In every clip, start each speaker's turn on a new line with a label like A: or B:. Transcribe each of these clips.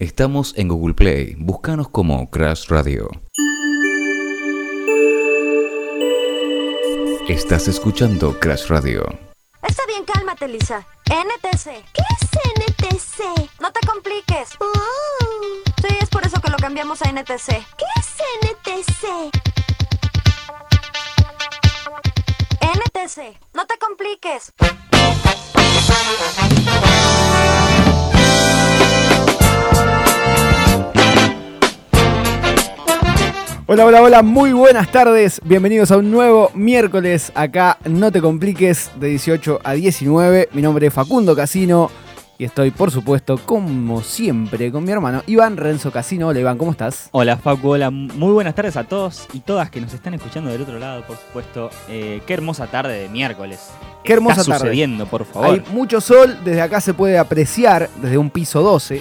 A: Estamos en Google Play. Búscanos como Crash Radio. Estás escuchando Crash Radio.
B: Está bien, cálmate, Lisa. NTC.
C: ¿Qué es NTC?
B: No te compliques.
C: Oh,
B: Sí, es por eso que lo cambiamos a NTC.
C: ¿Qué es NTC?
B: NTC. No te compliques.
D: Hola, hola, hola, muy buenas tardes. Bienvenidos a un nuevo miércoles acá, no te compliques, de 18 a 19. Mi nombre es Facundo Casino y estoy, por supuesto, como siempre, con mi hermano Iván Renzo Casino. Hola, Iván, ¿cómo estás?
E: Hola Facu, hola, muy buenas tardes a todos y todas que nos están escuchando del otro lado, por supuesto. Eh, qué hermosa tarde de miércoles.
D: Qué hermosa
E: Está
D: tarde.
E: sucediendo, por favor.
D: Hay mucho sol, desde acá se puede apreciar, desde un piso 12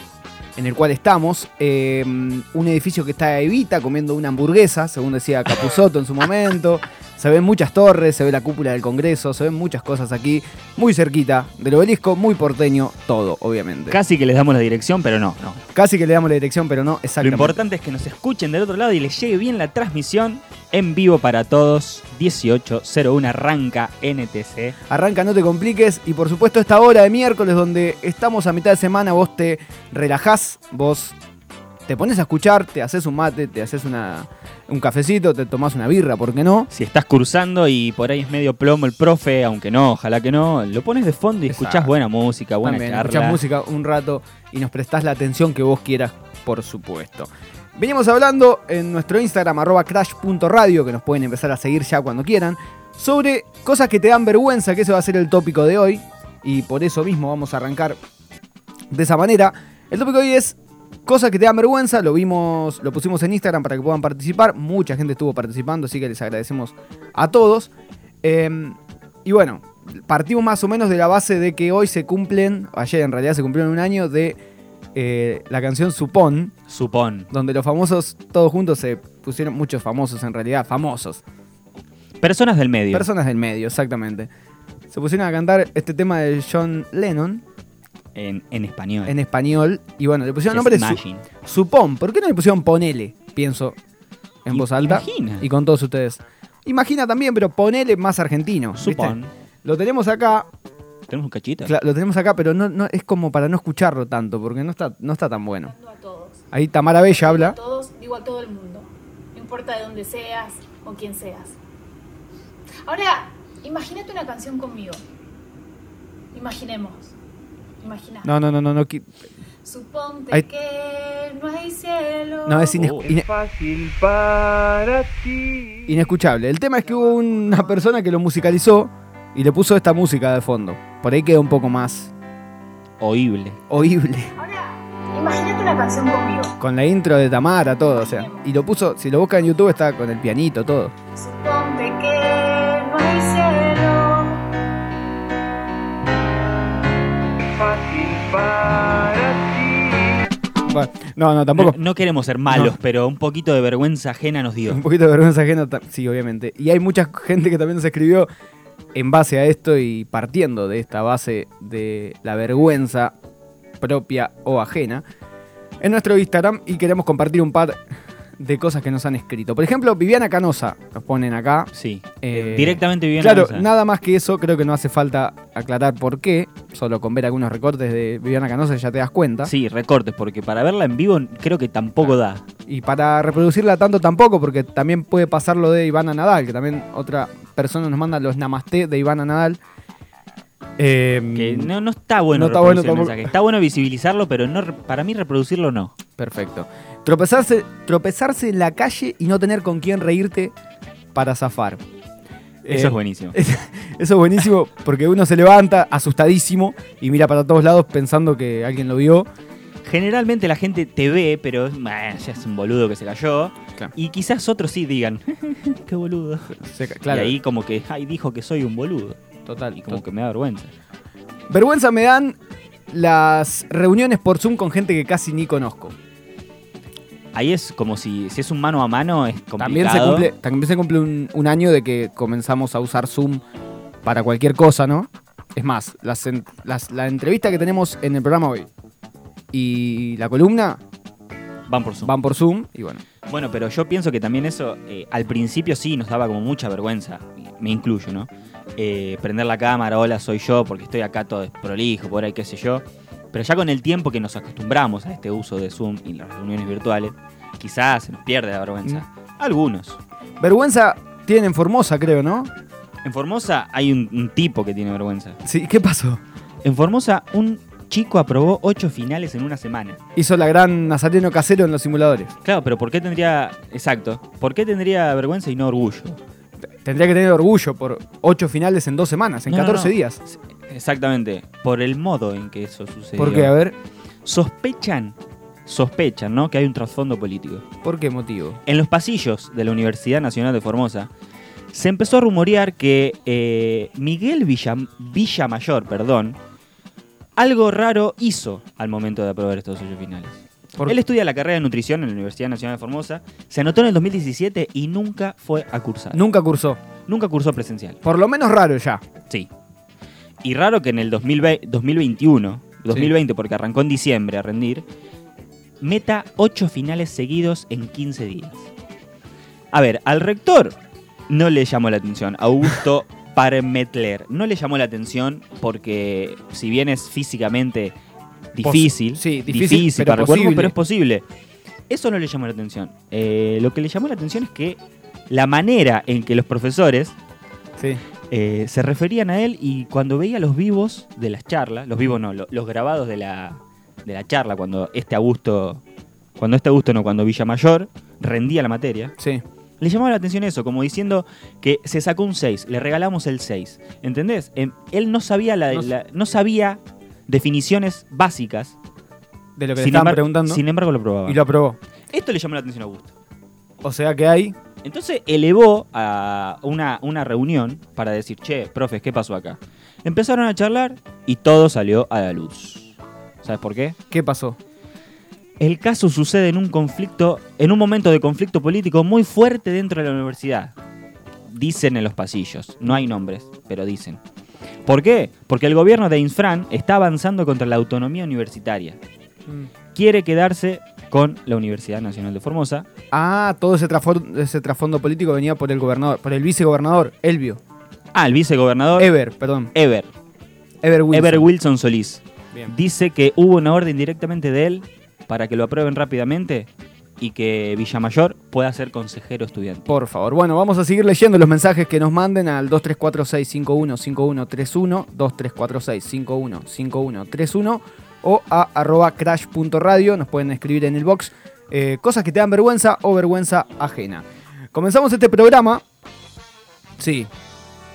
D: en el cual estamos, eh, un edificio que está Evita comiendo una hamburguesa, según decía Capusotto en su momento. Se ven muchas torres, se ve la cúpula del Congreso, se ven muchas cosas aquí, muy cerquita del obelisco, muy porteño, todo, obviamente.
E: Casi que les damos la dirección, pero no, no.
D: Casi que le damos la dirección, pero no
E: Lo
D: exactamente.
E: importante es que nos escuchen del otro lado y les llegue bien la transmisión en vivo para todos. 1801 arranca NTC.
D: Arranca, no te compliques. Y por supuesto, esta hora de miércoles, donde estamos a mitad de semana, vos te relajás, vos te pones a escuchar, te haces un mate, te haces una, un cafecito, te tomás una birra, ¿por qué no?
E: Si estás cursando y por ahí es medio plomo el profe, aunque no, ojalá que no, lo pones de fondo y escuchás
D: Exacto.
E: buena música, buena
D: También
E: charla.
D: escuchás música un rato y nos prestás la atención que vos quieras, por supuesto. Venimos hablando en nuestro Instagram, arroba crash.radio, que nos pueden empezar a seguir ya cuando quieran, sobre cosas que te dan vergüenza, que ese va a ser el tópico de hoy. Y por eso mismo vamos a arrancar de esa manera. El tópico de hoy es cosas que te dan vergüenza. Lo vimos, lo pusimos en Instagram para que puedan participar. Mucha gente estuvo participando, así que les agradecemos a todos. Eh, y bueno, partimos más o menos de la base de que hoy se cumplen, ayer en realidad se cumplieron un año de eh, la canción Supón,
E: Supón.
D: donde los famosos todos juntos se pusieron, muchos famosos en realidad, famosos,
E: Personas del medio.
D: personas del medio, exactamente. Se pusieron a cantar este tema de John Lennon
E: en, en español.
D: en español y bueno, le pusieron
E: Es
D: nombre Su-
E: Imagine.
D: Supón. ¿Por qué no le pusieron Ponele? Pienso en voz alta
E: Imagina.
D: y con todos ustedes. Imagina también, pero ponele más argentino. ¿viste?
E: Supón.
D: Lo tenemos acá,
E: Tenemos un cachito.
D: Cla- lo tenemos acá, pero no, no- es como para no escucharlo tanto, porque no está, no está tan bueno. Ahí Tamara Bella habla.
F: todos, digo a todo el mundo. No importa de dónde seas, con quién seas. Ahora, imagínate una canción conmigo. Imaginemos. Imagina.
D: No, no, no, no, no. qui-
F: Suponte
D: Ahí-
F: que no hay cielo.
D: No, es ines-
E: Oh.
D: ine-
G: fácil para ti.
D: inescuchable. El tema es que hubo una persona que lo musicalizó y le puso esta música de fondo. Por ahí queda un poco más
E: Oíble.
D: oíble.
F: Ahora, imagínate una canción conmigo.
D: Con la intro de Tamara, todo, o sea. Y lo puso, si lo busca en YouTube, está con el pianito, todo.
F: Suponte que no hay cielo.
G: Fácil para ti.
D: Bueno, no, no, tampoco.
E: No, no queremos ser malos,
D: No.
E: pero un poquito de vergüenza ajena nos dio.
D: Un poquito de vergüenza ajena, ta- sí, obviamente. Y hay mucha gente que también nos escribió en base a esto y partiendo de esta base de la vergüenza propia o ajena en nuestro Instagram y queremos compartir un par de cosas que nos han escrito. Por ejemplo, Viviana Canosa nos ponen acá.
E: Sí.
D: Eh,
E: Directamente viviendo
D: Claro, nada más que eso, creo que no hace falta aclarar por qué. Solo con ver algunos recortes de Viviana Canosa ya te das cuenta.
E: Sí, recortes, porque para verla en vivo creo que tampoco da.
D: Y para reproducirla tanto tampoco, porque también puede pasar lo de Ivana Nadal, que también otra persona nos manda los namasté de Ivana Nadal. Em,
E: Que no, no está bueno
D: No está
E: reproducir
D: bueno
E: el
D: tampoco.
E: mensaje. Está bueno visibilizarlo, pero no re- para mí reproducirlo no.
D: Perfecto. Tropezarse, tropezarse en la calle y no tener con quién reírte para zafar.
E: Eso
D: Eh,
E: es buenísimo.
D: Eso es buenísimo porque uno se levanta asustadísimo y mira para todos lados pensando que alguien lo vio.
E: Generalmente la gente te ve, pero es, "Bah, ya es un boludo que se cayó.
D: Claro.
E: Y quizás otros sí digan, qué boludo.
D: Se ca- claro,
E: Y ahí como que, ay, dijo que soy un boludo.
D: total.
E: Y como
D: total.
E: que me da vergüenza.
D: Vergüenza me dan las reuniones por Zoom con gente que casi ni conozco.
E: Ahí es como si, si es un mano a mano, es complicado.
D: También se cumple, también se cumple un, un año de que comenzamos a usar Zoom para cualquier cosa, ¿no? Es más, las en- las- la entrevista que tenemos en el programa hoy y la columna
E: Van por Zoom.
D: Van por Zoom y bueno.
E: Bueno, pero yo pienso que también eso, eh, al principio sí nos daba como mucha vergüenza, me incluyo, ¿no? Eh, prender la cámara, hola, soy yo, porque estoy acá todo prolijo, por ahí qué sé yo. Pero ya con el tiempo que nos acostumbramos a este uso de Zoom y las reuniones virtuales, quizás se nos pierde la vergüenza.
D: Mm.
E: Algunos.
D: Vergüenza tienen Formosa, creo, ¿no?
E: En Formosa hay un, un tipo que tiene vergüenza.
D: Sí, ¿qué pasó?
E: En Formosa, un chico aprobó ocho finales en una semana.
D: Hizo la gran Nazareno Casero en los simuladores.
E: Claro, pero ¿por qué tendría. Exacto. ¿Por qué tendría vergüenza y no orgullo?
D: Tendría que tener orgullo por ocho finales en dos semanas, en
E: No, no,
D: 14
E: no.
D: días.
E: Exactamente. Por el modo en que eso sucedió.
D: ¿Por qué? A ver,
E: Sospechan. Sospechan, ¿no? Que hay un trasfondo político.
D: ¿por qué motivo?
E: En los pasillos de la Universidad Nacional de Formosa se empezó a rumorear que eh, Miguel Villam- Villamayor, perdón, algo raro hizo al momento de aprobar estos ocho finales.
D: ¿Por-
E: Él estudia la carrera de nutrición en la Universidad Nacional de Formosa, se anotó en el 2017 y nunca fue a cursar.
D: Nunca cursó.
E: Nunca cursó presencial.
D: Por lo menos raro ya.
E: Sí. Y raro que en el 2020, 2021, 2020, porque arrancó en diciembre a rendir, meta ocho finales seguidos en 15 días. A ver, al rector no le llamó la atención. Augusto Parmetler no le llamó la atención porque, si bien es físicamente difícil,
D: sí, difícil, pero
E: para el cuerpo,
D: posible.
E: pero es posible. Eso no le llamó la atención. Eh, lo que le llamó la atención es que la manera en que los profesores
D: Sí.
E: eh, se referían a él y cuando veía los vivos de las charlas, los vivos no, lo- los grabados de la, de la charla, cuando este Augusto, cuando este Augusto no, cuando Villamayor rendía la materia,
D: Sí.
E: le llamaba la atención eso, como diciendo que se sacó un 6, le regalamos el 6, ¿entendés? Em, él no sabía, la,
D: No-
E: la- no sabía definiciones básicas,
D: De lo que le
E: sin,
D: estaban
E: embar-
D: preguntando.
E: sin embargo lo probaba.
D: Y lo aprobó.
E: Esto le llamó la atención a Augusto.
D: O sea que hay.
E: Entonces elevó a una, una reunión para decir, che, profes, ¿qué pasó acá? Empezaron a charlar y todo salió a la luz. ¿Sabes por qué?
D: ¿Qué pasó?
E: El caso sucede en un conflicto, en un momento de conflicto político muy fuerte dentro de la universidad. Dicen en los pasillos, no hay nombres, pero dicen. ¿Por qué? Porque el gobierno de Infran está avanzando contra la autonomía universitaria. Mm. Quiere quedarse con la Universidad Nacional de Formosa,
D: Ah, todo ese trasfondo, ese trasfondo político venía por el gobernador, por el vicegobernador, Elvio.
E: Ah, el vicegobernador
D: Ever, perdón.
E: Ever.
D: Ever Wilson.
E: Ever Wilson Solís.
D: Bien.
E: Dice que hubo una orden directamente de él para que lo aprueben rápidamente y que Villamayor pueda ser consejero estudiante.
D: Por favor. Bueno, vamos a seguir leyendo los mensajes que nos manden al 2346515131, 2346515131 o a arroba crash.radio. Nos pueden escribir en el box eh, cosas que te dan vergüenza o vergüenza ajena. Comenzamos este programa. Sí,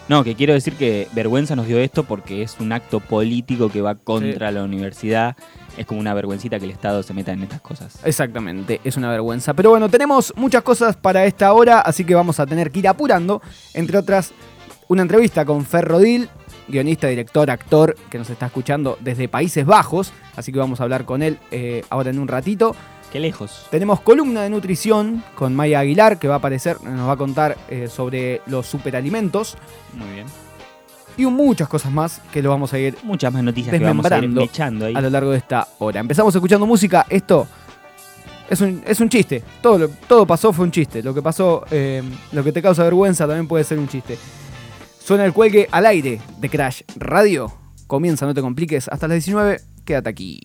E: No, que quiero decir que vergüenza nos dio esto porque es un acto político que va contra la universidad. Es como una vergüencita que el Estado se meta en estas cosas.
D: Exactamente, es una vergüenza. Pero bueno, tenemos muchas cosas para esta hora, así que vamos a tener que ir apurando. Entre otras, una entrevista con Fer Rodil, guionista, director, actor, que nos está escuchando desde Países Bajos. Así que vamos a hablar con él eh, ahora en un ratito.
E: Qué lejos.
D: Tenemos columna de nutrición con Maya Aguilar, que va a aparecer, nos va a contar eh, sobre los superalimentos.
E: Muy bien.
D: Y muchas cosas más que lo vamos a ir
E: Muchas más noticias que vamos a ir
D: Desmembrando
E: mechando ahí.
D: a lo largo de esta hora. Empezamos escuchando música, esto es un, es un chiste. Todo, lo- todo pasó fue un chiste. Lo que pasó, eh, lo que te causa vergüenza también puede ser un chiste. Suena el cuelgue al aire de Crash Radio. Comienza, no te compliques, hasta las 19, quédate aquí.